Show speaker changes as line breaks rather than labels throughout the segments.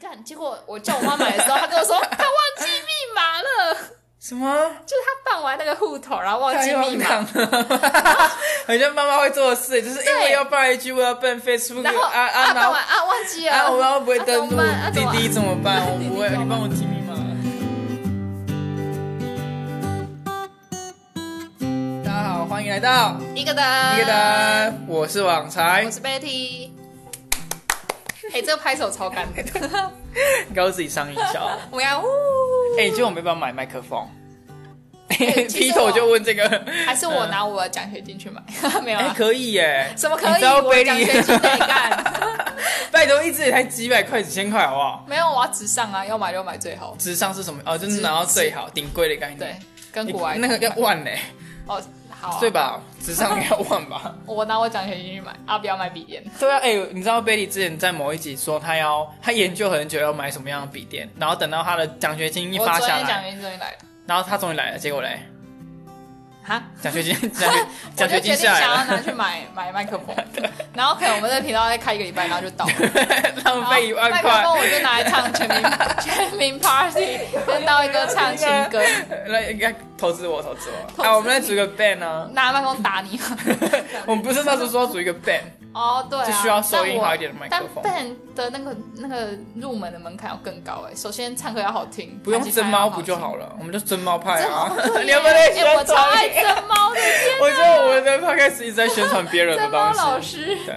干，结果我叫我妈买的时候，她跟我 说她忘记密码了，
什么？
就是她办完那个户头，然后忘记
太
密码
荒唐， 了！很像妈妈会做的事，就是因为要办一句我要办 Facebook
然后
啊啊，然
办
后
完啊忘记了，
啊，我要不会
啊
登
怎
录
么办啊
滴
怎么
滴怎么办？我不会，
滴滴怎么办
你帮我记密码。大家好，欢迎来到
一个的
一个，灯，我是网才
呃我，是 Betty。哎，这个拍手超干 的，
告诉自己上音效。
我要呜，
哎、就我没办法买麦克风，
哎 其
劈
实我
头就问这个，
还是我拿我的奖学金去买， 没有
哎、
啊？
可以耶，
什么可
你
以？
知道
我
贝
的奖
利
学金得干，
拜托，一支也才几百块、几千块，好不好？
没有，我要直上啊，要买就买最好。
直上是什么？哦，就是拿到最好、顶贵的概念。
对，跟
你
国外
那个要万嘞，
哦，好啊
对吧？直上要万 吧？
我拿我奖学金去买啊，不要买笔电。
对啊，哎、你知道贝利之前在某一集说他要他研究很久要买什么样的笔电，然后等到他的奖学金一
我
发
昨
下
天奖学
来，
金终于来了，
然后他终于来了，结果 嘞，
哈，
奖学金奖学
我
奖
就
学
决
金
定
下
想要
来
拿去买买麦克 风，然后可能我们这个频道再开一个礼拜，然后就到了。
了， 浪 费一万
麦克
块
风，我就拿来唱全民全民 Party，跟刀一哥唱情 歌，
那应该投资我，投资我。
资
啊，我们来组一个 band 啊，
拿麦克风打你。
我们不是那时候说要组一个 band，
哦，对啊，
就需要收音好一点的麦克风
但我但 band 的那个那个入门的门槛要更高哎，首先唱歌要好听，
不用真猫不就
好
好了？我们就真猫派
听？真
啊
猫，
你要不要在
对耶哎我
宣
超
传
爱？真猫 的，
我觉得我们的 podcast 一直在宣传别人的
真猫老
东西。
师。
对，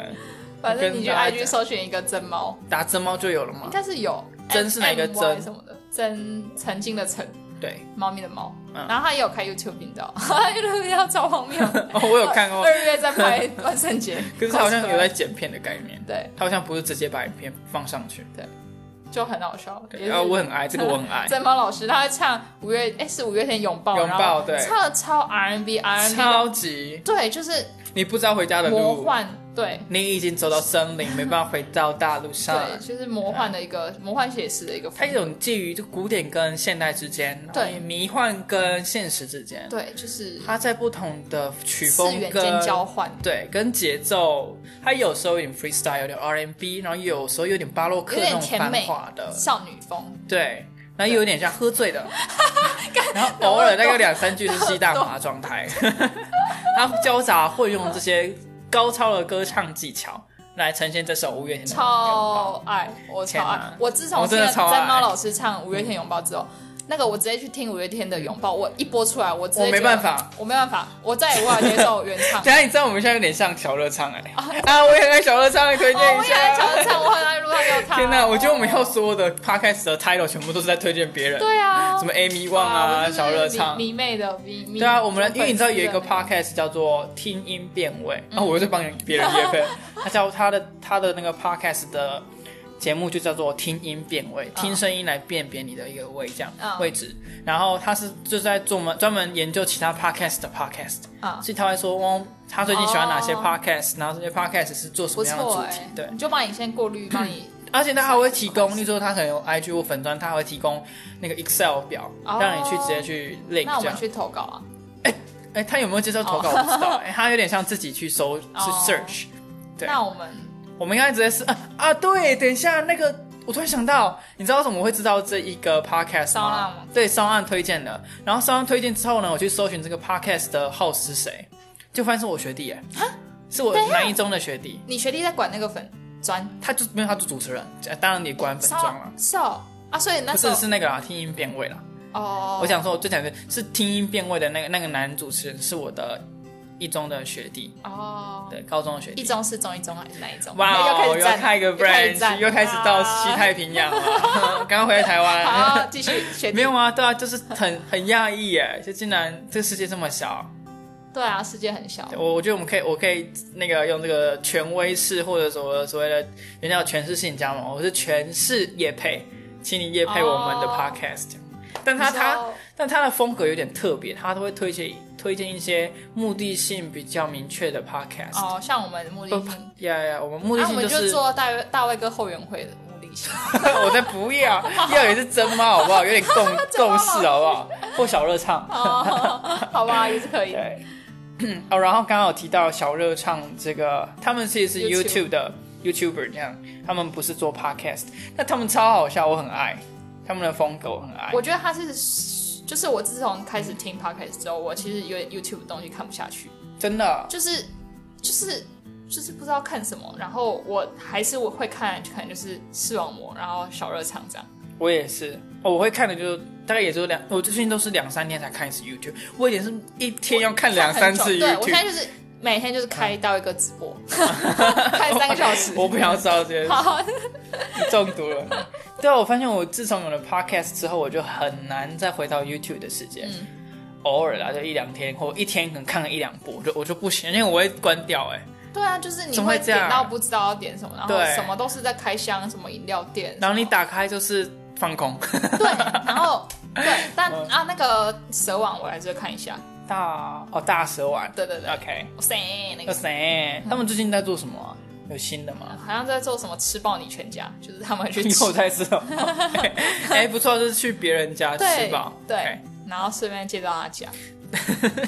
反正你去
跟大家
IG 搜寻一个真猫，
打真猫就有了
应
嘛。
该是有
真啊是哪一个
MY
真
什么的，真曾经的曾，
对，
猫咪的猫。
嗯
然后他也有开 YouTube 频道 ，YouTube 频道超荒谬。
哦，我有 看过，
二，月在拍万圣节
可是他好像有在剪片的概念，
对，
他好像不是直接把影片放上去。
就很好笑。也
对，
是
啊，我很爱这个，我很爱。
真猫老师他会唱五月，哎，是五月天拥抱，
拥抱
然后
对
唱的超 R&B R&B，
超级，
对，就是
你不知道回家的
魔
路，
幻，对
你已经走到森林，没办法回到大路上。
对，就是魔幻的一个魔幻写实的一个风
它
格，
有种介于就古典跟现代之间，
对
然后也迷幻跟现实之间，
对，就是
它在不同的曲
次
风
元间
跟
交换，
对跟节奏，它有时候有点 freestyle，有点 R&B，然后有时候有点巴洛克
有
那
点
种
甜
繁
美
华的，
少女风，
对，然后有点像喝醉的， 然后偶尔大概有两三句是吸大麻状态，它交杂混用这些高超的歌唱技巧来呈现这首五月天的拥抱。
超爱，我超
天
爱
哪。
我自从
我
听
真的
了
超爱
真猫老师唱《五月天拥抱》之后，那个我直接去听五月天的《拥抱》，我一播出来，我直接
我没
觉得
办法，
我没办法，我再也无法接受原 唱。
等一下，你知道我们现在有点像小乐唱哎、啊，我也爱小乐唱，推
哦，
荐一
我也很
下。
想唱，我很爱录他给我唱。
天哪，我觉得我们以后
哦
所有的 podcast 的 title 全部都是在推荐别人，
对啊，
什么 Amy Wang
我
啊、
就是
小乐唱。
迷迷妹的迷迷。
对啊，我们因为你知道有一个
粉丝的那啊嗯
podcast 叫做“听音辨位”，然后我又在帮人 别人约配，他叫他的他的那个 podcast 的节目就叫做“听音辨位”，听声音来辨别你的一个位这样
嗯
位置。然后他是就是在做门专门研究其他 podcast 的 podcast，
嗯
所以他会说哦，他最近喜欢哪些
哦
podcast，然后这些 podcast 是做什
不
么样的主
错哎
题，，对。
你就帮你先过滤，帮 你
而且他还会提供，例如说他可能有 IG 或粉砖，他还会提供那个 Excel 表，
哦
让你去直接去 link
那我
这样
们。去投稿啊。
哎、他有没有接受投稿？我不知 道、哎，他有点像自己去搜去
哦
search。对
那我们
我们应该直接是啊啊，对，等一下那个，我突然想到，你知道为什么我会知道这一个 podcast
骚浪
吗
吗？
对，上岸推荐的。然后上岸推荐之后呢，我去搜寻这个 podcast 的 host 是谁，就发现是我学弟哎，是我南一中的学弟，
你学弟在管那个粉砖，
他就没有他做主持人，呃当然也关粉
是
妆了
哦。是哦啊，所以那
不
时
是
候
是那个啦，听音辨位啦。
哦，
我想说，我最想的是听音辨位的那个那个男主持人是我的一中的学弟，
哦，
对，高中的学弟
一。中是中一中还是哪一中？
哇
又开
哦，
始
又
站
开一个
又开始
branch，
站
又开始到西
啊
太平洋了。 刚刚回来台 湾，
好，继续学弟
没有啊？对啊，就是很很讶异耶，就竟然这个世界这么小。
对啊，世界很小，
我我觉得我们可以，我可以那个用这个权威式或者所谓所谓的人家有权势性加盟，我是权势叶配，请你叶配我们的
哦
podcast。但他
你
他
说
但他的风格有点特别，他都会推荐推荐一些目的性比较明确的 podcast。
哦，像我们的目的性，
呀呀，我们目的
那我
性
们
是
就做大卫大卫哥后援会的目的性，
我才不要，要也是真猫好不好？有点 共共事好不好？或小热唱，
哦，好吧，也是可以，
对。哦，然后刚刚有提到小热唱这个，他们其实是
YouTube
YouTube 的 YouTuber 这样，他们不是做 Podcast，那他们超好笑，我很爱他们的风格，我很爱。
我觉得他是，就是我自从开始听 podcast 之后，我其实有点 YouTube 的东西看不下去，
真的，
就是就是就是不知道看什么，然后我还是我会看，可能就是视网膜，然后小热场这样。
我也是，哦我会看的就大概也就两，我最近都是两三天才看一次 YouTube，我以前是一天要看两三次
很久对我现在
YouTube，
就是每天就是开到一个直 播，开三个小时。
我不想知道这 些
好，
中毒了。对啊，我发现我自从有了 podcast 之后，我就很难再回到 YouTube 的世界。
嗯
偶尔啦，就一两天或一天，可能看个一两部，我就我就不行，因为我会关掉、哎，
对啊，就是你
怎么会
会
这样
点到不知道要点什么，然后
对
什么都是在开箱，什么饮料店，
然后你打开就是放空。
对，然后对，但
嗯
啊那个蛇网我还是会看一下，
大哦，大蛇丸。
对对对，
OK，
塞那
那
个
谁，他们最近在做什么、啊？有新的吗？
好像在做什么吃爆你全家，就是他们去
你
吃
有，在吃哦。哎、不错，就是去别人家吃
对
吧。
对，然后顺便介绍他 家，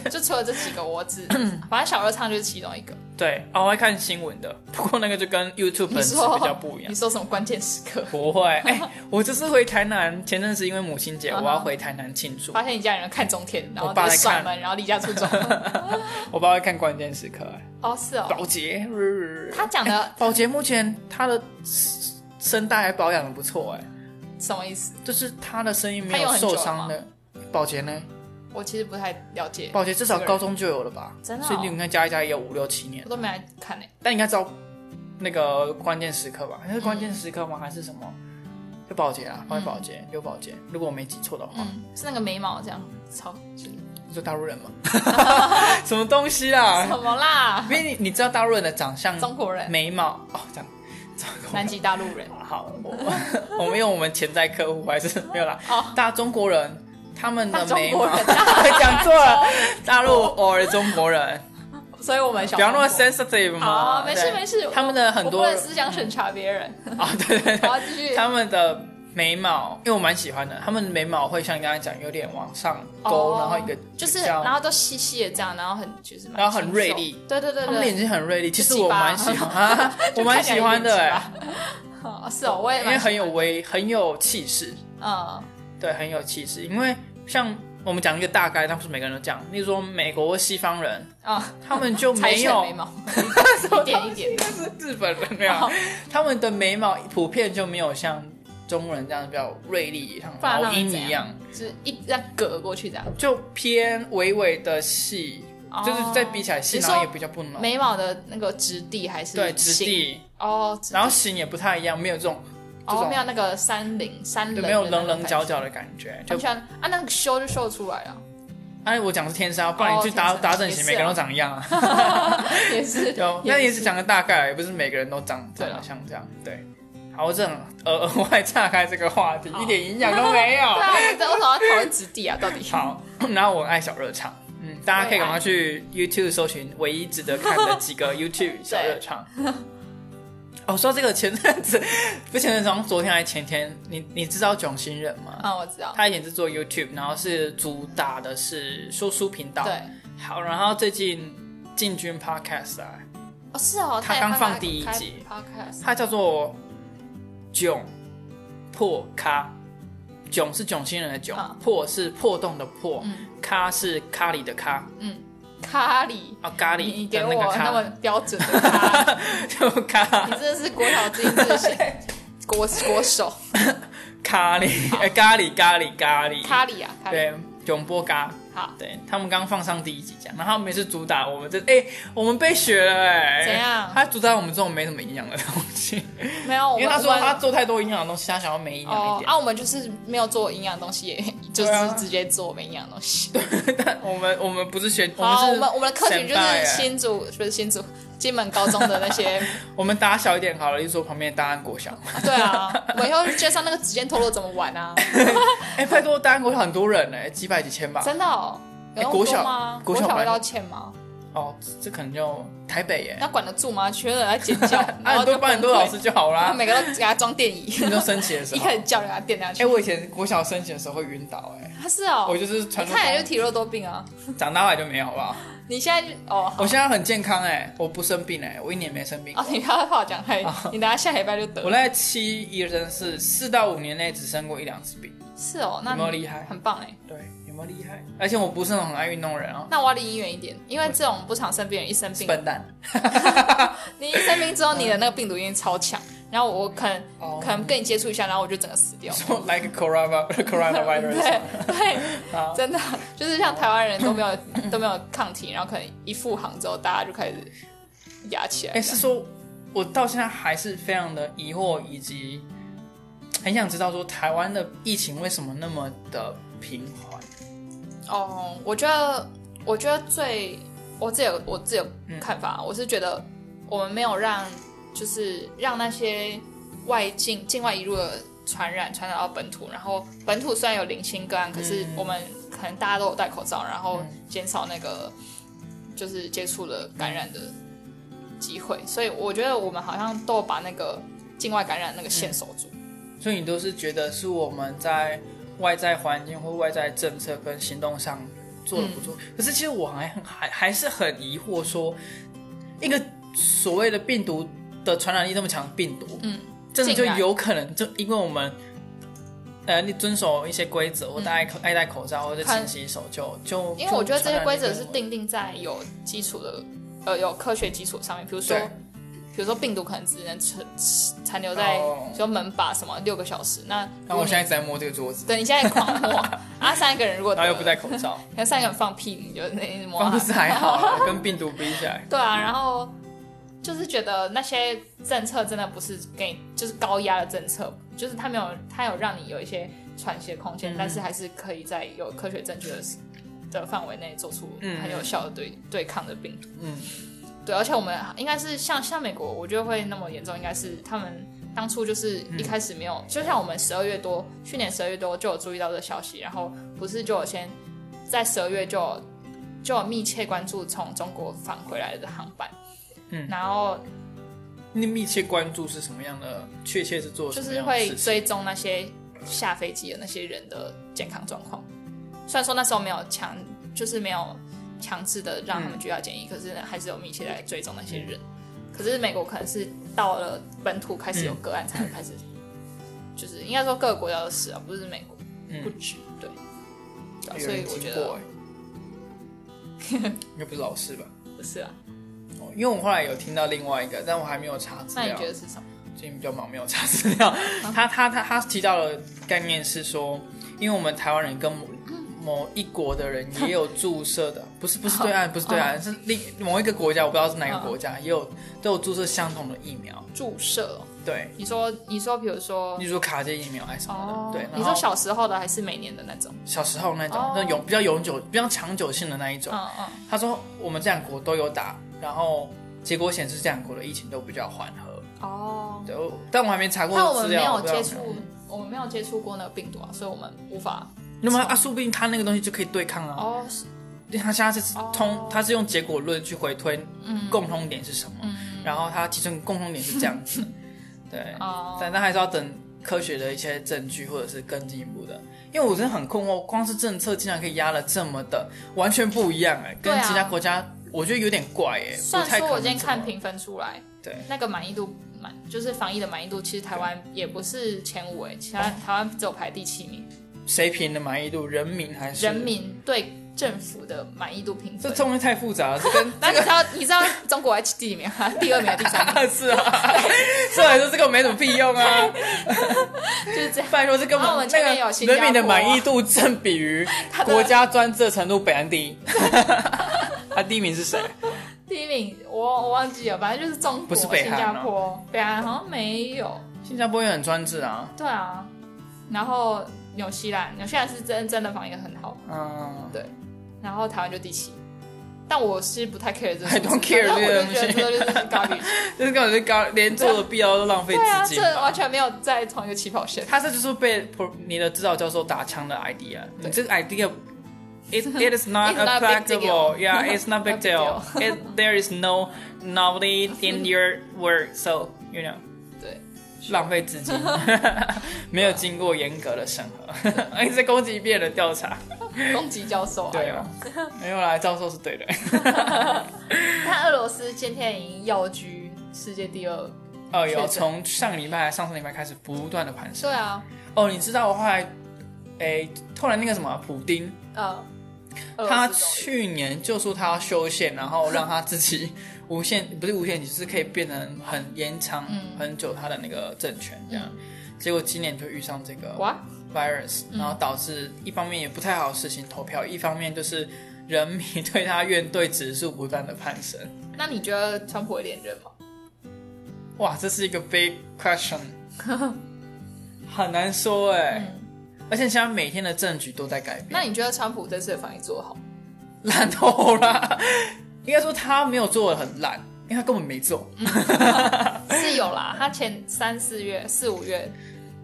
就除了这几个我只，反正小二唱就是其中一个。
对，哦，我会看新闻的，不过那个就跟 YouTube
你
本质
说
比较不一样
你。说什么关键时刻？
不会，哎、我这次回台南，前阵子因为母亲节，
嗯
我
哼
要回台南庆祝。
发现你家人看中天，然后
我爸
就
在
甩
看
门，然后离家出 走。
我爸会看关键时刻、哎
哦，是哦，
保洁，
他讲的
保洁目前他的声带还保养的不错，哎，
什么意思？
就是他的声音没
他用很久
受
了
伤的。保洁呢？
我其实不太了解，
保洁至少
这个人
高中就有了吧？
真的哦
所以你应该加一加也有五六七年
我，都没来看欸呢。
但应该知道那个关键时刻吧？那是关键时刻吗？还是什么？就保洁啊，关于保洁，有保洁。如果我没记错的话，
嗯，是那个眉毛这样，超就是
你说大 陆人吗？ 什么东西啊啦？
什么啦？
因为你你知道大陆人的长相、
中国人，
眉毛哦，这样，这样
南极大陆人。
好，我我们用我们潜在客户还是没有啦
哦。
大中国人他们
他
的
中
嗯眉
国
毛
人，啊
讲错了，大陆偶尔中国人，
所以我们小
不要那么
中国
sensitive 嘛
啊，。没事
对
没事，
他们的很
我不
多
能思想审查别人。
啊，对 对
我
对，
要继续。
他们的眉毛，因为我蛮喜欢的，他们的眉毛会像你刚才讲，有点往上勾，
哦
然后一个
就是，
比较
然后都细细的这样，然后很就是，
然后很锐利。
对对对
他们的眼
对，
睛很锐利，其实
就鸡
我
巴
蛮喜欢， 啊我蛮喜欢的哎、
哎。 哦是哦，我也
因为
蛮喜欢
很有威，很有气势，
嗯
对，很有气势。因为像我们讲一个大概，但不是每个人都讲。例如说美国或西方人，
啊，
他们就
柴
哦 没
犬
有
眉， 毛，一点一点，
但是日本人没
哦
有， 他们的眉毛普遍就没有像中国人这样比较锐利，像
不然
老
他们
鹰
怎样
一样，
就是一这样隔过去这样。
就偏微微的细，
哦
就是再比起来细，
你
然
说
后也比较不浓，
眉毛的那个质地还是
对，质
形
地，
哦，质地
然后型也不太一样，没有这种这
哦
种
没有那个山棱山棱
对，
的
没
那
有
种
棱棱
感
角
觉。
角的感觉，
他们
就
喜欢啊，那个修就修得出来了，
哎，我讲的是天生啊，不然你去
哦天
打
生
打整形，每个人
也是啊
都长一样啊。
也 是
有，那也是讲个大概，也不是每个人都长
对
长
啊
得像这样。对，好，我这很额额外岔开这个话题，
好
一点影响都没 有
对。啊，我在为什么要讨论质地啊？到底
好， 然后我很爱小热唱，嗯，大家可以赶快去 YouTube 搜寻唯一值得看的几个 YouTube 小热唱。哦，说到这个前阵子， 不是前阵子，好像昨天还前天，你你知道囧星人吗？
嗯，我知道，
他以前是做 YouTube，然后是主打的是说书频道。
对，
好，然后最近进军 Podcast 啊，
哦是哦，
他
也
刚
开
放第一集
开 podcast，
它叫做囧破咖，囧是囧星人的囧
啊，
破是破洞的破
嗯，
咖是咖喱的咖，
咖喱，
啊咖
你你
喱
给
的
我
那个
那么
咖，
标准的咖，
就 咖
你真的是国小精致 型国国手
咖喱，哎咖喱咖喱咖喱，
咖喱啊，咖喱
对，囧波咖。
好
对他们刚放上第一集讲，然后他们也是主打我们这，哎、我们被学了哎、
怎样
他主打我们这种没什么营养的东西，
没有，我
因为
们
他说
我们
他做太多营养的东西，他想要没营养
哦
一，点。
啊，我们就是没有做营养的东西，也就
对啊
是直接做没营养的东西。
但我们我们不是学，
好，
是
我们我们的客群就
省
是
代耶
新竹，不是新竹，金门高中的那些，
我们打小一点好了，例如说旁边的大安国小，
对啊，我们以后介绍那个指尖陀螺怎么玩啊，
哎、拜托，大安国小很多人哎、几百几千吧。
真的哦，有
哎
那么
国
多
小
吗？
国
国
小
小
本来
要欠吗？
哦，这这可能就台北耶，
那管得住吗？缺了来尖 叫，然
哎
后
啊，你多
哦就
帮
崩
你多老
溃
师就好
然
啦
后。每个都给他装电椅，
你都升旗的时
一
候
开，始叫人给他垫下去。
哎，我以前国小升旗的时候会晕倒，哎，
他是哦，
我就是
你
传说
看起来就
中
体弱多病啊。
长大后来就没有，好不好？
你现在就哦，好
我现在很健康，哎，我不生病，哎，我一年没生病过
哦，。你不要话讲 太，你等下下礼拜就得
我
了。
在七一人是四到五年内只生过一两次病，
是哦，那
有没有
你
厉害？
很棒哎。
对，有没有厉害？而且我不是那种很爱运动的人哦，
那我要离你远一点，因为这种不常生病的人一生病，
笨蛋。
你一生病之后，你的那个病毒已经超强，然后我可能
哦
可能跟你接触一下，然后我就整个死掉。
说 like a corona coronavirus，
对对，真的就是像台湾人都没有都没有抗体，然后可能一复航之后，大家就开始压起来。
哎、是说我到现在还是非常的疑惑，以及很想知道说台湾的疫情为什么那么的平缓。
哦，我觉得，我觉得最我自己有我自己有看法，啊我是觉得我们没有让就是让那些外境境外一路的传染传染到本土，然后本土虽然有零星个案，可是我们可能大家都有戴口罩，然后减少那个就是接触的感染的机会，所以我觉得我们好像都有把那个境外感染那个线守住。
所以你都是觉得是我们在外在环境或外在政策跟行动上做的不错、
嗯
可是其实我还很还还是很疑惑说，一个所谓的病毒的传染力这么强的病毒，
嗯，
真的就
竟然
有可能就因为我们。呃，你遵守一些规则，或戴口爱戴口罩，或者勤洗手就，就
嗯因为我觉得这些规则是
定。
定定在有基础的，呃，有科学基础上面。比如说
对，
比如说病毒可能只能存残留在，
哦
比如说门把什么六个小时。那
那我现在一直在摸这个 桌子，
对你现在狂 摸啊，上一个人如果
然后又不
在，
戴口罩，
可能上一个人放屁，你就那一直摸啊
方
他
不。是还好 啦，跟病毒比起来，
对啊，然后就是觉得那些政策真的不是给你就是高压的政策，就是它没有它有让你有一些喘息的空间，
嗯
但是还是可以在有科学证据的的范围内做出
嗯
很有效的对、对抗的病毒。
嗯，
对，而且我们应该是像像美国，我觉得会那么严重，应该是他们当初就是一开始没有，就像我们十二月多，去年十二月多就有注意到这个消息，然后不是就有先在十二月就有就有密切关注从中国返回来的航班，
嗯
然后
你密切关注是什么样的，确切是做什
就
么
是
样的
会
事情，
追踪那些下飞机的那些人的健康状况。虽然说那时候没有强，就是没有强制的让
嗯
他们居家检疫，可是还是有密切地来追踪那些人。可是美国可能是到了本土开
嗯
始有个案，才会开始，就是应该说各个国家都是啊，不是美国
嗯
不止对。对啊
有
所以
人
我
听
觉
过
得
欸，应该不是老师吧？
不是啊。
哦因为我后来有听到另外一个，但我还没有查资
那你
料
觉，得嗯是什么？
最近比较忙，没有查资料。他他他他提到的概念是说，因为我们台湾人跟某某一国的人也有注射的，不是不是对岸，不是对
哦
岸，是另某一个国家，我不知道是
嗯
哪个国家，也有都有注射相同的疫苗。
注射哦？
对，
你说你说，比如说
例如说卡介疫苗还是什么的，
哦
对。然，后
你说小时候的还是每年的那种？
小时候那种，
哦
那永比较永久、比较长久性的那一种。
嗯嗯。
他说我们这两国都有打，然后结果显示这两国的疫情都比较缓和。
哦。
对，我但我还没查过
但我
资
们没
料，
有
我不知道
接触，我们没有接触过那个病毒啊，所以我们无法
那么啊，说不定他那个东西就可以对抗啊。
哦，是
因为他现在是通，他是用结果论去回推
嗯
共通点是什么，
嗯
然后他提出共通点是这样 子。对，
哦，
但但还是要等科学的一些证据或者是更进一步的，因为我真的很困惑，光是政策竟然可以压了这么的完全不一样哎、
对
跟
啊
其他国家我觉得有点怪哎、
虽
不太
然
可
说
能
我今天
这么
看评分出来，
对
那个满意度满就是防疫的满意度，其实台湾也不是前五欸诶，其他
哦
台湾只有排第七名，
谁评的满意度，人民还是
人？民对政府的满意度评
这
分。
中文太复杂了，这跟
那你知道你知道中国还第几名啊？ 第二名、第三名，
是啊，所以说这个没什么屁用啊。
就是这样。
不然说这根
然后啊我
本
们
那
前
个
面有新加
人民的
坡啊
满意度正比于
他的
国家专制的程度，北岸第一。 他第一名 是谁？
第一名我我忘记了，反正就是中
不
国、
是北
新
韩
加
啊
坡、北韩好像没有。
新加坡也很专制啊。
对啊，然后纽西兰，纽西兰是真真的防疫很好，
嗯，
对。然后台湾就第七，但我是不太 care 这个
I
数字，
don't care
反正我就
这个
觉得
东西
这个就是高 于，
这根本是高连做的必要都浪费
对啊，
资
这
金。
完全没有在同一个起跑线。
他这就是被 pro- 你的指导教授打枪的 idea，你这个 idea It, it is not
It's not a big deal.
applicable. Yeah, it's not big
Not big
deal. It, there is no novelty in your work, so you know.
对，
浪费资 金，没有经过严格的审核， 一直攻击别人的调查。
攻击教授。哎
对啊
呦，
没有啦，教授 是对的。
但俄罗斯今天已经要居世界第二。
哦，有
确诊
从上个礼拜、上上礼拜开始不断的攀升。
对啊，
哦，你知道我后来，哎，后来那个什么普丁，
呃，俄
他
罗斯总理
去年就说他要修宪，然后让他自己无限不是无限，就是可以变成很延长
嗯
很久他的那个政权这样。结果今年就遇上这个
哇，嗯
virus，然后导致一方面也不太好实行投票，一方面就是人民对他怨怼指数不断的攀升。
那你觉得川普会连任吗？
哇，这是一个 big question，很难说哎、
嗯，
而且现在每天的政局都在改变，
那你觉得川普这次的防疫做得好？
烂透了。应该说他没有做的很烂，因为他根本没做，
是有啦，他前三四月、四五月，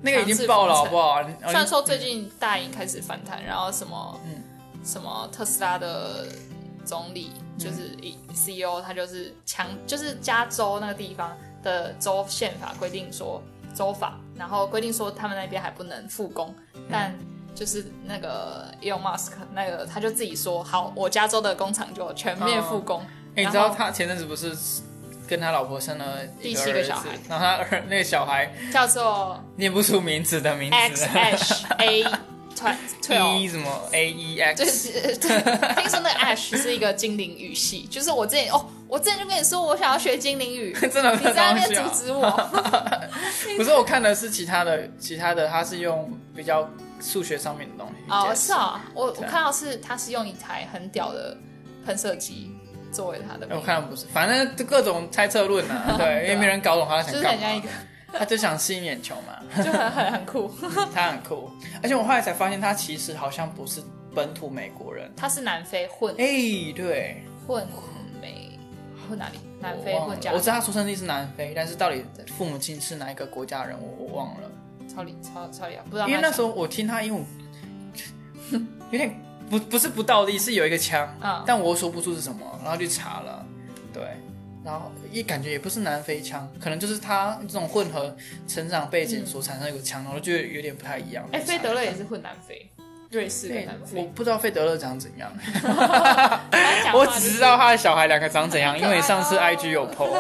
那个已经爆了好不好？
虽然说最近大营开始反弹，然后什么、
嗯
什么特斯拉的总理就是
嗯
以 CEO，他就是强，就是加州那个地方的州宪法规定说州法，然后规定说他们那边还不能复工，
嗯
但。就是那个 Elon Musk 那个，他就自己说好，我加州的工厂就全面复工。
哎、你知
然
道
后
他前阵子不是跟他老婆生了一
第七个
儿子
小孩
然后他儿那个小孩
叫做
念不出名字的名
X
字
H A Twelve，
E 什么 A E X，
就是对，听说那个 Ash 是一个精灵语系，就是我之前哦，我之前就跟你说我想要学精灵 语，
真的有
你
这
在那
东
边
西啊
阻？止 我。
不是，我看的是其他的，其他的他是用比较数学上面的东西去
哦，
解
是
释。
啊，我我
对啊
看到是他是用一台很屌的喷射机作为他的
哎
名
我看的不是，反正就各种猜测论啊， 对，因为没人搞懂他
字，
想
就是
干
很像一
嘛
个，，
他就想吸引眼球嘛，
就很很很酷。
他很酷。而且我后来才发现，他其实好像不是本土美国人。
他是南非混
哎、对，
混美混哪里？南非
我忘
混
了
加
我
拿
知道他出生地是南非，但是到底父母亲是哪一个国家人，我我忘了。
超里超超里啊，不知道
因为
他
那
想
时候我听他英文 有点不不是不倒立，是有一个腔，
嗯
但我说不出是什么，然后去查了，对，然后也感觉也不是南非腔，可能就是他这种混合成长背景所产生的一个腔，然后就有点不太一样。
嗯哎，费德
勒
勒也是混南非，瑞士跟南
我
非。
不知道费德勒长怎样，
他讲话
我
就
只
是
知道他的小孩两个长怎样，
好可
因
爱哦
为上次 IG 有 PO，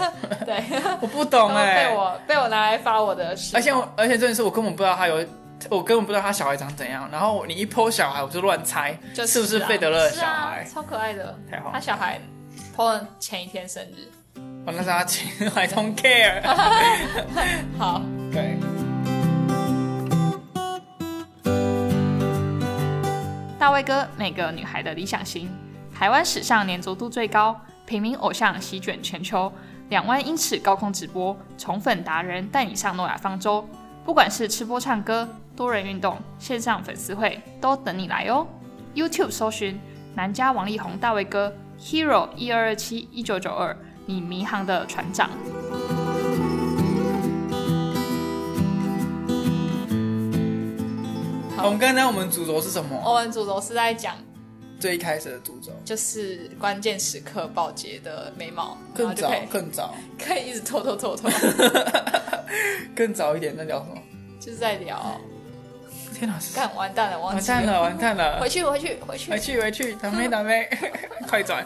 对，
我不懂
然后
哎、
被我被我拿来发我的视频，
而且我，而且重点是我根本不知道他有，我根本不知道他小孩长怎样。然后你一剖小孩，我就乱猜，
就是
不是
啊
费德勒的小孩？
是啊、超可爱的。
太好
他
了，
小孩 PO 前一天生日，
哦，那是他亲，I don't care。
好，
对，
大卫哥，每个女孩的理想型，台湾史上粘着度最高，平民偶像席卷全球，两万英尺高空直播，宠粉达人带你上诺亚方舟，不管是吃播、唱歌、多人运动、线上粉丝会，都等你来哦。YouTube 搜寻南加王力宏大卫哥 Hero 一二二七一九九二，你迷航的船长。好
我们刚才我们主轴是什么？
欧文主轴是在讲
最一开始的主轴，
哦就是关键时刻保洁的眉毛，然后
更
就
早
可以，
更早，
可以一直拖拖拖拖，
更早一点在聊什么？
就是在聊，
天哪，是
干完蛋了，忘
完
记
蛋了，哎完蛋了
回！去回去回去
回，去回去，打妹打妹，快转！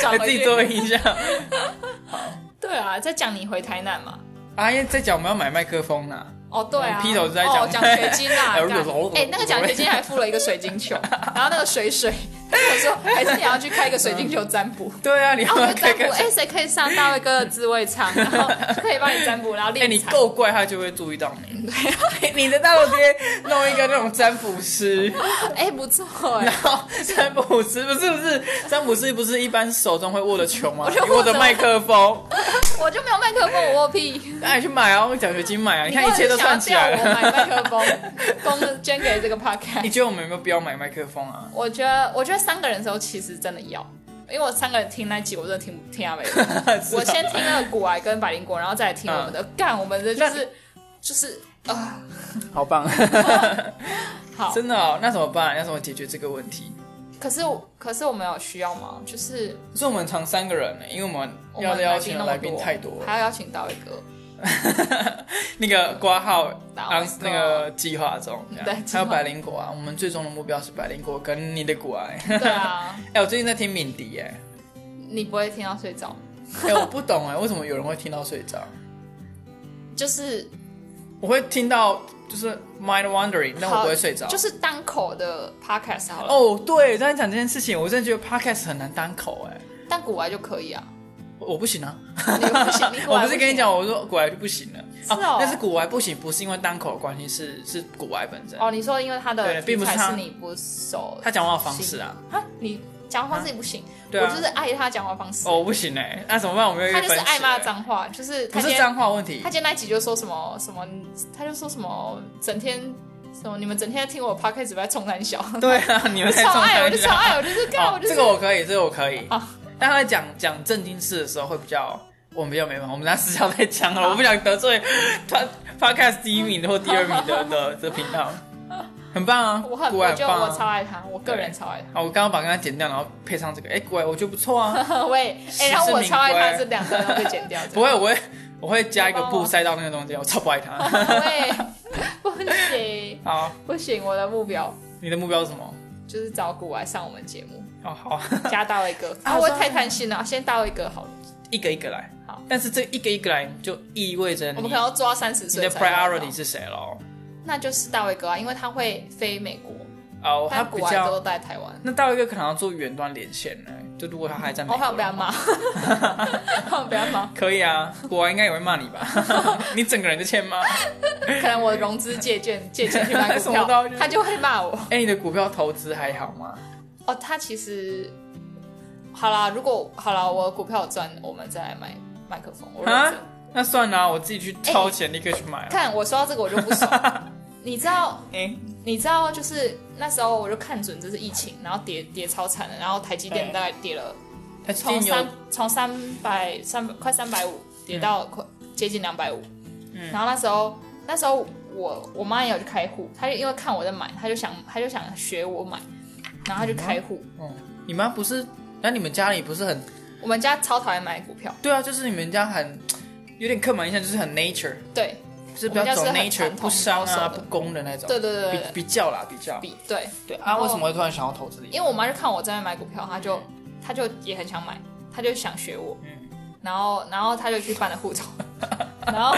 转
哎
回
自己
去。
做一下。
对啊，在讲你回台南嘛。
啊，因为在讲我们要买麦克风啦。
哦，对啊，
嗯劈头就在讲，
哦奖学金啊
哎
干
如果
哎，那个奖学金还付了一个水晶球， 然后那个水水，我说还是你要去开一个水晶球占卜。
对啊，你
然
要
后
不
我
要
就 占
开
卜，
个？
哎，谁可以上大卫哥的自慰舱，然后就可以帮你占卜，然后立
哎、你
场
够怪，他就会注意到你。你的大头贴弄一个那种占卜 师，
哎，不错哎
然，后占卜师不是不是占卜师不是一般手中会握着球吗？
我就
你握着麦克风，
我就没有麦克风，我握屁。
那你去买啊，我奖学金 买啊，你
你
看一切都算起来
为什么
了。
想要叫我买麦克风，公捐给这个 podcast
你。觉得我们有没有必要买麦克风 啊？
我觉得，我觉得三个人的时候其实真的要，因为我三个人听那集，我真的听
啊嗯
不听阿美。我先听那个古癌跟百灵果，然后再来听我们的。干，我们的就是就是啊、
好棒，
好。
真的哦。那怎么办？要怎么解决这个问题？
可是我可是我们有需要吗？就是
可是我们常三个人呢，因为我们
我
要
们
邀请的
来
来宾
宾那么多
太多了。
还要邀请到一个，
那个挂号
打广
当
告
啊那个计划中，这样
对计
还
划
有百灵果啊。我们最终的目标是百灵果跟你的果 哎。
对啊，
哎，我最近在听敏迪哎，
你不会听到睡着，
哎，我不懂哎， 为什么有人会听到睡着？
就是
我会听到就是 mind wandering，但我
好
不会睡着。
就是单口的 podcast 好了，
哦，对，刚才讲这件事情，我真的觉得 podcast 很难单口哎，
但古玩就可以啊。
我 我不行啊。
你不行，你古
我
玩
不是跟你讲，我说古癌就不行了。啊
是哦
但是古癌不行，不是因为单口的关系，是是古癌本身。
哦，你说因为他
对
的
并
题
不是
材
他
是你不熟，
他讲话的方式啊，
啊，你讲话自己不行，
对啊
我就是爱他讲话方式，
哦，我不行哎、那怎么办？我们有一
他
个
就是
分歧
爱骂
欸，
脏话，就是
不
他今
是
天
脏话问题
他。今天那一集就说什么什么，他就说什么整天什么你们整天在听我 podcast 在冲三小，
对啊， 哦你们在
超
中
爱我
山
就
区
超爱我就是干啊我
哦，
就是
这个我可以，这个我可以。但他在讲讲正经事的时候会比较，我们比较没办法，我们在私下再讲了，我不想得罪他 podcast 第一名或第二名 的的的频道，很棒啊，
我很
古
我
癌
就
棒
我超
啊。
爱他，我个人超爱
好，我刚刚把刚刚剪掉，然后配上这个，哎、古癌我觉得不错啊。
他， 我也哎，然后我超爱他这两个都被剪掉，
不 会，我会我会加一个
要帮
布
我
塞到那个中间，我超不 爱它。
对， 不行
好，
不行，我的目标
你的目标是什么？
就是找古玩上我们节目。
哦，好，
加到一个
啊
啊，我
算了
太贪心了，先到一个好了。
一个一个来。
好，
但是这一个一个来就意味着
我
你
们可能要做到三十
嗯你
岁
的
才要到
priority 是谁咯？
那就是大卫哥啊，因为他会飞美国，
哦，他
但
比
国外都
较
在台湾。
那到一个可能要做远端连线呢，就如果他还在美
我
国的
好
话，
哦像不要 骂，好像不要骂，
可以啊，国王应该也会骂你吧？ 你整个人就欠骂。
可能我融资借 券借钱去买
什
股
么东
票
西，
他就会骂我。
哎、你的股票投资还好吗？
哦，他其实好啦，如果好啦，我股票有赚，我们再来买麦克风。我认
啊
真，
那算了啊、我自己去
哎
掏钱立刻去买啊。
看我说到这个我就不爽， 你知道
哎、
你知道，就是那时候我就看准这是疫情，然后跌跌超惨的，然后台积电
对
大概跌了
他
从
今有
三从三百三百快三百五跌到快接近两百五，
嗯
然后那时候那时候我我妈也有去开户，她就因为看我在买，她就想她就想学我买，然后她就开户。
嗯，你妈不是？那你们家里不是很
我们家超讨厌买股票，
对啊，就是你们家很有点刻板印象，就是很 nature，
对
就是比较走
我们家是
nature
很传统
不商
保守的
啊、不公的那种。
对对对对对
比比较啦，比较。
比对，哦
对啊，为什么会突然想要投资你？啊
因为我妈就看我在那买股票，她就她就也很想买，她就想学我，然后然后她就去办了护照， 然后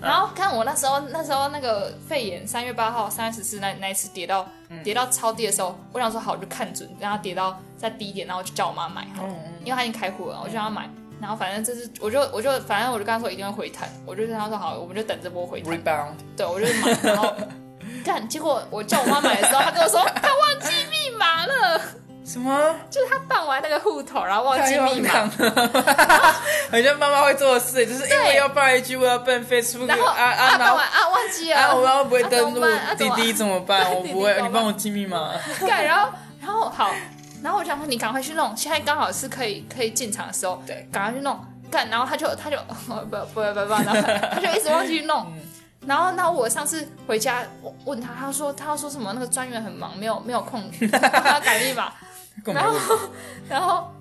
然后看我那时候那时候那个肺炎三月八号三月十四那那一次跌到跌到超低的时候，我想说好我就看准，然后跌到再低一点，然后我就叫我妈买好了，因为她已经开户了，我就让她买。然后反正这是，我就我就反正我就跟她说一定会回弹，我就跟她说好，我们就等这波回弹。
rebound，
对，我就买，然后 干，结果我叫我妈买的时候，她跟我说她忘记密码了。
什么？
就是他办完那个户头，然后忘记
太
密
荒
码
唐，了！很像妈妈会做的事，就是因为要办一句，我要办 Facebook，
然后
啊啊，
啊
然
办
后
完啊忘记
啊，我
了，
要不会
啊
登
怎么
录
办啊，
滴
怎么
滴怎么 办？我
滴滴
不会
怎，么
你
办
帮我记密 码。
干，然后然后好，然后我想说你赶快去弄，现在刚好是可以可以进场的时候，
对，
赶快去弄，干，然后他就他就不不不不不，然后他就一直忘记去弄。然后，那我上次回家我问他，他说他说什么那个专员很忙，没有没有空帮他改密码。
根本
然
没
后
问，
然后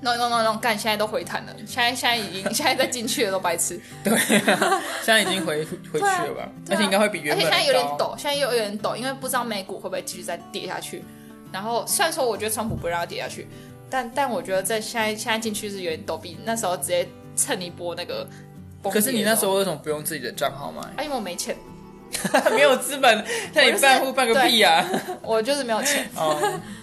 弄一弄弄一弄，干，现在都回弹了，现在现在已经现在再进去的都白痴。
现在已经回回去了吧？而且应该会比原
啊而且现
本
在有点
高。
抖，现在又有点抖，因为不知道美股会不会继续再跌下去。然后虽然说我觉得川普不会让它跌下去，但但我觉得在现在现在进去是有点抖，比那时候直接蹭一波那个崩跌的时候。
可是你那时候为什么不用自己的账 号买？
啊，因为我没钱，
没有资本，那你
我就是
办户办个屁呀！
我就是没有钱。
哦，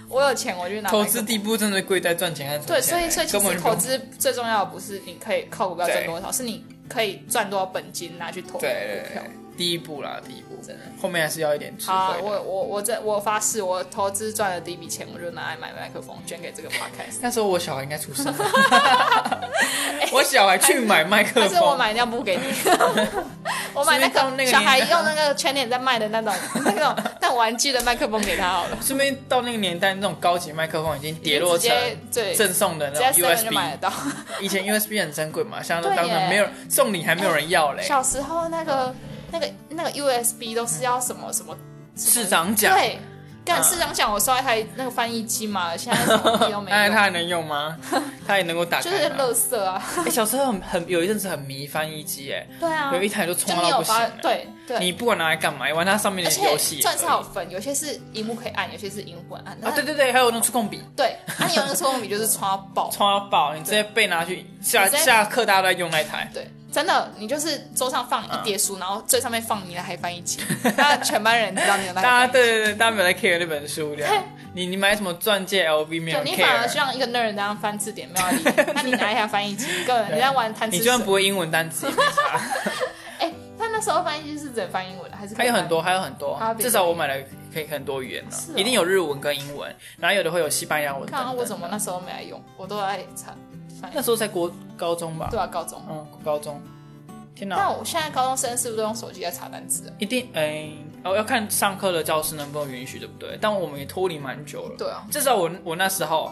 我有钱我就拿。
投资。第一步真的贵在赚钱和
对，
存钱
所
欸，
以所以其
根本
实
就
投
不
资最重要的不是你可以靠股票赚
对
多少，是你可以赚多少本金拿去投股
对对对
票。
对第一步啦，第一步
真的，
后面还是要一点智
好啊、
慧
我
的。
我我这我发誓，我投资赚的第一笔钱，我就拿来买麦克风，捐给这个 podcast。
那时候我小孩应该出生了，我小孩去买麦克
但是我
风，
买尿布给你， 我买那
是不是到那
个
个
小
啊
孩
年代
用那个全脸在卖的那种那种 但玩具的麦克风给他好 了，
顺便到那个年代，那种高级麦克风已经跌落
直
成
接对，直
赠送的那
接
种
seven 就买
USB。
得到。
以前 USB 很珍贵嘛，像
对耶
当时没有送礼还没有人要嘞。
小时候那个那个那个 USB 都是要什么什么
市嗯长奖，
对，干市长想我刷一台那个翻译机嘛，现在什么屁都没
哎，它
有，
还能用吗？它也能够打
就
开
是
吗？
垃圾啊，
哎，小时候很很有一阵子很迷翻译机，哎，
对啊，
有一台就
就
冲
你
到
有
不行
发
了。
对对，
你不管拿来干嘛，玩它上面
而
的
且
游戏也可以。
算是好分，有些是荧幕可以按，有些是荧幕不能按，
啊，
但是
对对对，还有那触控笔，
对，按有的时候你就是刷 爆，
冲到爆，你直接被拿去下
你在
下课大家都在用那一台。
对，真的，你就是桌上放一
嗯
叠书，然后最上面放你的海翻译机，那全班人知道你有那 台
大家
翻译机。
对对对，大家没有在 care 那本书这样。你你买什么钻戒 LV 没有
对，
人
你反而
care，
像一个 nerd 那样翻字典，没有 人理你。那你拿一下翻译机，个人你在玩贪吃
你
蛇。
就算不会英文单 词也没差。
哎，他那时候翻译机是只能翻英文的，还是可
还
以
有
翻
很多，还有很多
啊，别
至少我买了可以很多语言了
是哦，
一定有日文跟英文，然后有的啊会有西班牙文
看啊，
等
我怎
等。
么那时候没来用，我都在查翻译
那。时候在国高中吧
对，啊，高中。
嗯，高中。天
但
哪，
我现在高中生是不是都用手机在查单词啊？
一定哎，哦要看上课的教师能不能允许，对不对？但我们也脱离蛮久了。
对啊，
至少我我那时候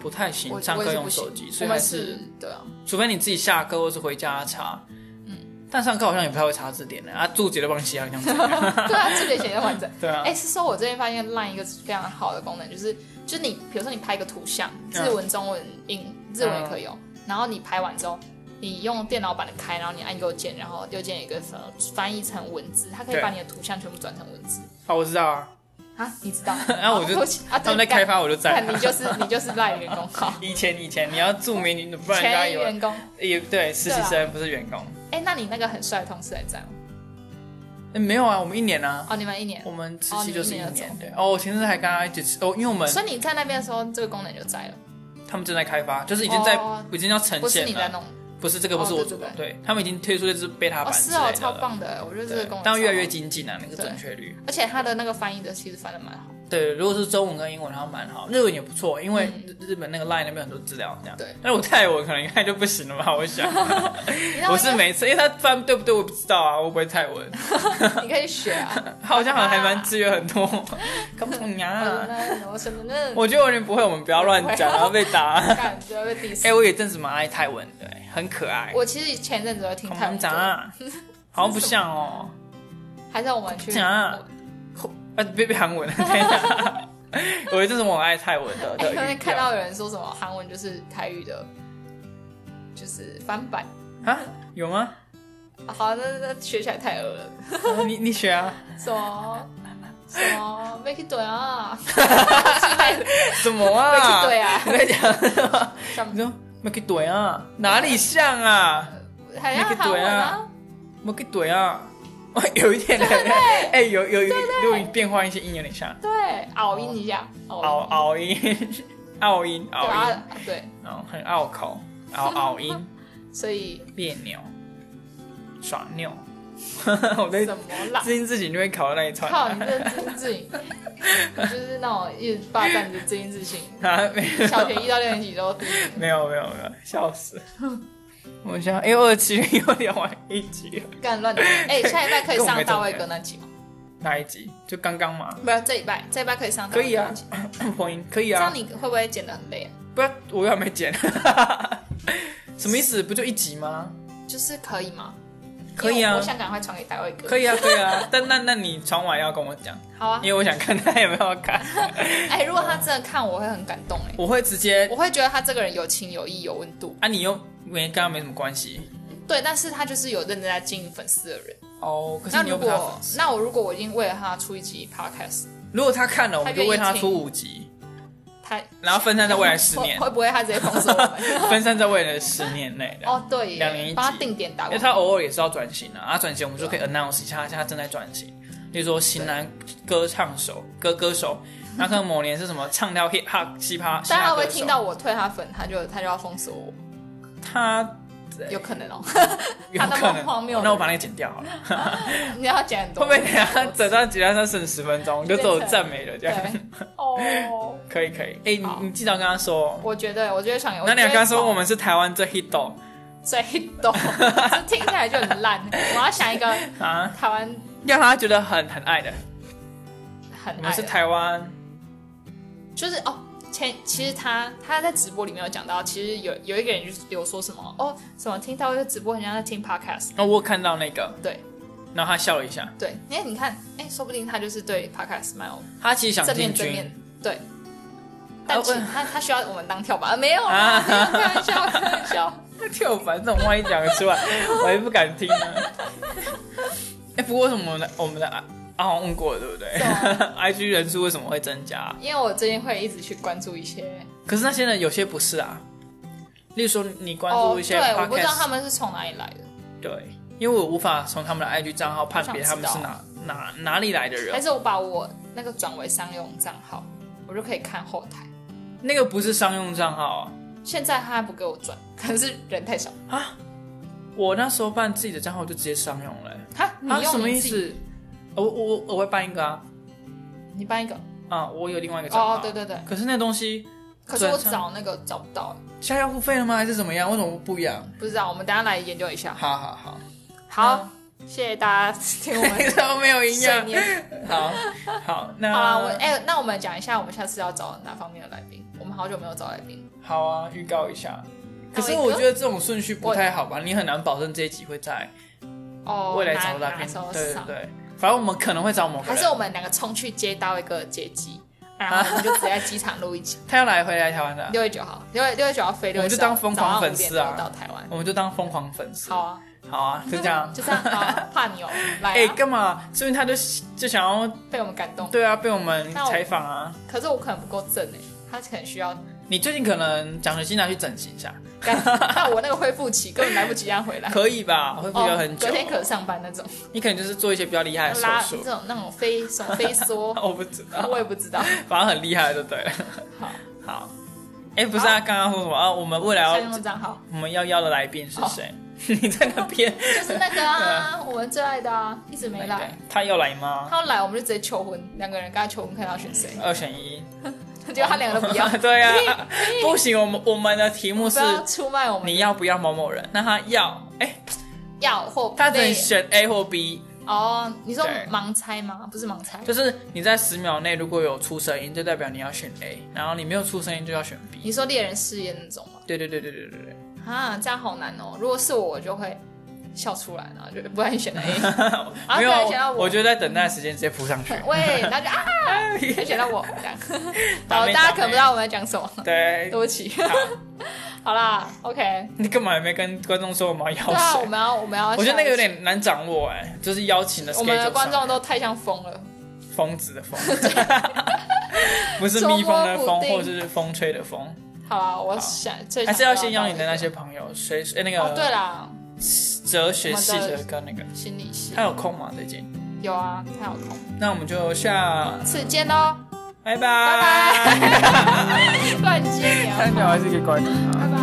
不太行，
我
上
我也
课
是
用
不行
手机，所
我
以还
们
是
是对啊，
除非你自己下课或是回家查。嗯，但上课好像也不太会查字典的啊，注解都帮你写好 像这样。
对啊，字典写的完整。
对啊
哎、，是说我这边发现 Line 一个非常好的功能，就是就是你比如说你拍一个图像，
嗯
日文、中文、英日文也可以用，然后你拍完之后，你用电脑版的开，然后你按右键，然后右键有一个翻翻译成文字，它可以
对
把你的图像全部转成文字
好，我知道 啊，
啊，你知道？
然后我就
啊对不起啊，
他
对
们在开，发我就在，
干。干你就是你就是 Line 员工号
以前以前你要注明你， 不然人家啊
前
以 为
员工。
也对实习
对
生不是员工。
哎、那你那个很帅的同事还在吗？
哎，没有啊，我们一年啊，
哦，你们一年
我，们实习就是一
哦你一
年
年
对。哦，我前阵还跟他一起吃哦，因为我们
所以你在那边的时候，这个功能就在了，
他们正在开发，就是已经在
哦
已经要呈
不是
现
你在
了，
弄。
不是这个不是
哦
我
对
主
对
动，对他们已经推出了这是 beta
哦，
版
是
之
哦，
类的
超
了。
棒的，我觉得这个
对
功能，
但越来
超
越
好
精进啊，那个准确率。
而且它的那个翻译的其实翻的蛮好，
对，如果是中文跟英文，然后蛮好，日文也不错，因为
嗯
日日本那个 LINE 那边有很多资料这样。
对
但是我泰文可能应该就不行了吧？我想，
你知道
我
吗
是每次，因为他翻对不对，我不知道啊，我不会泰 文，
你可以学 啊。
他好像还蛮制约 很多，搞不懂啊。
嗯我什么呢？
我觉得我有点不会，我们不要乱 讲，然后被打。
感觉被 diss
哎、。我有一阵子蛮爱泰文的、哎很可爱。
我其实前阵子有听
我
泰
们
文
讲
歌，
啊，好像不像哦。
还是我们去哎
讲啊啊，别 别韩文， 等一下我有一阵子我很爱泰文的。
哎，
的
刚才
语
看
调
到有人说什么韩文就是台语的，就是翻版。
啊，有 吗？
啊好，那那那学起来太恶了。
哦你你 学啊？
什么什么 make it 对啊之类的
什么啊？
，make it 对啊，
你在讲什么？
什
你
么
说 m a 怼啊？哪里像啊
还要
make it
韩文
对
啊
啊？m a 怼啊？ 哦，有一点 对哎，有有有，如果你变换一些音，有点像
对，拗音一下，
啊拗
拗音，
拗音，
对
拗音拗音，
啊，对，
嗯，很拗口，拗拗 音，
所以
别扭，耍拗。 我在
怎么啦？
自信自己就会考到那一串
靠，你这自信自信，你就是那种一直霸占你的自信自信。
啊，没有
小学一到六年级都
没有没有没有，笑死！ 我想，哎、二期又聊完一集了，
干乱讲。哎、下礼拜可以
跟我没
上大
重
卫
点
哥那集吗？
哪一集？就刚刚嘛，
不是这礼拜，这礼拜可以上大
可
卫
以
哥
啊
那集。，
婚姻可以
这
啊
样，你会不会剪得很累啊？
不要，我又还没剪， 什么意思？不就一 集吗？
就是可以吗？
可以
因为我
啊
我，想赶快传给大卫哥。
可以啊，可以啊。 但那那你传完要跟我讲，
好啊
因。为我想看他有没有看，
哎、如果他真的看，我会很感动哎、
我会直接
我会觉得他这个人有情有义有温度，
啊，你又没跟他没什么关系
对，但是他就是有认真在经营粉丝的人。
哦。可是
那
你又
如
不是他
果
粉丝，
那我如果我已经为了他出一集 podcast，
如果他看了，我们就为他出五集，
他
然后分散在未来十
会
年，
会不会他直接封锁我们？
分散在未来的十年内的。
哦，对耶，
两年一集
帮他定点打
因
广
为
告。
他偶尔也是要转型啊，啊转型我们就可以 announce 一下，他正在转型，例如说型男歌唱手、歌歌手，那可能某年是什么唱跳 hip hop 嘻哈，嘻
但他
哈
会
歌
听
手，
到我退他粉，他就他就要封锁我，
他
有可能哦。
有
那么
可能
荒谬的，人
那我把那个剪掉好了，
你要讲很多，
会不会等一下整到节目上剩十分钟，就只有
变成
赞美了这样？
对哦，
可以可以，哎、
好
你你记得跟他说哦，
我觉得，我觉得想有。
那你要跟他说我
们
们是台湾最 hit dog
最懂， 这听起来就很烂。我要想一个
啊，
台湾
让他觉得很很爱的，
很
我
爱
们是
的，
台湾，
就是哦。前其实他他在直播里面有讲到，其实有有一个人就是有说什么哦，什么听到这个直播很像在听 podcast，
那、我有看到那个，
对，
然后他笑了一下，
对，因为你看，哎，说不定他就是对 podcast 蛮有
他其实想
正
进
面正
军
面，对。但其
啊
他他需要我们当跳板，啊没有
啊
啦，没有 开玩笑，开玩笑。
跳板这种万一讲出来，我也不敢听啊。 哎、不过为什么我们的我们的阿阿红问过了，对不对
啊
？IG 人数为什么会增加？
因为我最近会一直去关注一些，
可是那些人有些不是啊，例如说你关
哦，
注一些
对，我不知道
podcast，、
他们是从哪里来的，
对，因为我无法从他们的 IG 账号判别他们是
我
哪哪哪里来的
还
人。
是我把我那个转为商用账号，我就可以看后台。
那个不是商用账号啊，
现在他还不给我转，可能是人太少。
我那时候办自己的账号就直接商用了、
哈，你
啊，
用
什么
你
意
自己？
思？我我我会办一个啊
你办一个？
啊，我有另外一个账号。
哦，对对对。
可是那东西
可是我
转账
找那个找不到，
现在要付费了吗？还是怎么样？为什么不一样？
不知道。我们等一下来研究一下。
好好好，
好，谢谢大家听 我 们
都没有营
碎
养。
念。
好好，那
好啦，我哎、那我们讲一下，我们下次要找哪方面的来宾？我们好久没有找来宾，
好啊，预告一下。可是
那
我
一个
觉得这种顺序不太好吧？你很难保证这一集会在
哦，
未来
哪
找到
哪
片
时候。
对对
上
对，反正我们可能会找某个
还是
人
我，们两个冲去接到一个接 机，然后我们就直接在机场录一集。
他要来回来台湾的，
六月九号，六月六月九号飞，
我
六
们
月10
就
号
当疯狂粉丝啊
早上5点多到台湾。
我们就当疯狂粉丝。
好啊，
好啊，就这样。
就这样， 好啊，怕你哦，来、啊
哎，干嘛？所以他就就想要
被我们感动。
对啊，被我们
那我
采访啊。
可是我可能不够正哎、他可能需要，
你最近可能奖学金拿去整形一下，
干但我那个恢复期根本来不及让回来。哦
可以吧？会不会有很久哎
隔？天可上班那种，
你可能就是做一些比较厉害的手
拉这
术，
种那种飞什么飞
，
梭
我不知道，
我也不知道。
反正很厉害就对了。
好，
好，哎、不是啊，刚刚说什么啊？我们未来
下
要
用账号
我们要邀的来宾是谁？
哦
你在那边
就是那个
嗯
啊，我们最爱的啊，一直没来。，
他要来吗？
他要来，我们就直接求婚，两个人跟他求婚，看他要选谁。
二选一，
结果他两个都不要，
对啊，不行，我们我们的题目
不
是
要出卖我们。
你要不要某某人？那他要，哎、
要或
他只能
被
选 A 或 B，
哦，你说
对
盲猜吗？不是盲猜，
就是你在十秒内如果有出声音，就代表你要选 A，然后你没有出声音就要选 B。
你说猎人试验那种吗？
对对对对对对对，
啊，这样好难哦。如果是我，我就会笑出来，然后就不然你 选 A，啊
没有
不然选到，我
我觉得在等待的时间直接扑上去。
喂，然后就啊，你选到我这样。
打
好，
妹
大家
打
可能不
妹
知道我们在讲什么，
对
对，不起。 好啦，OK，
你干嘛也没跟观众说我们要
对
邀
啊，
谁？
我们要我们要，
我觉得那个有，点难掌握哎、就是邀请的 schedule
我们的
上
观众都太像疯了，
疯子 的疯，不是蜜蜂的
捉摸
蜂，
不定
或者是风吹的风，
好啦，我想最
还
想
是要
知道
先邀你的那
一个
些朋友，谁哎那
哦，对
个
啦，
哲学系的跟那个
心理系
他有空吗？最近？
有啊，太好空，
那我们就下，
次见喽，
拜拜
拜。拜，乱接你啊，
三条还是一个观众啊。
拜拜。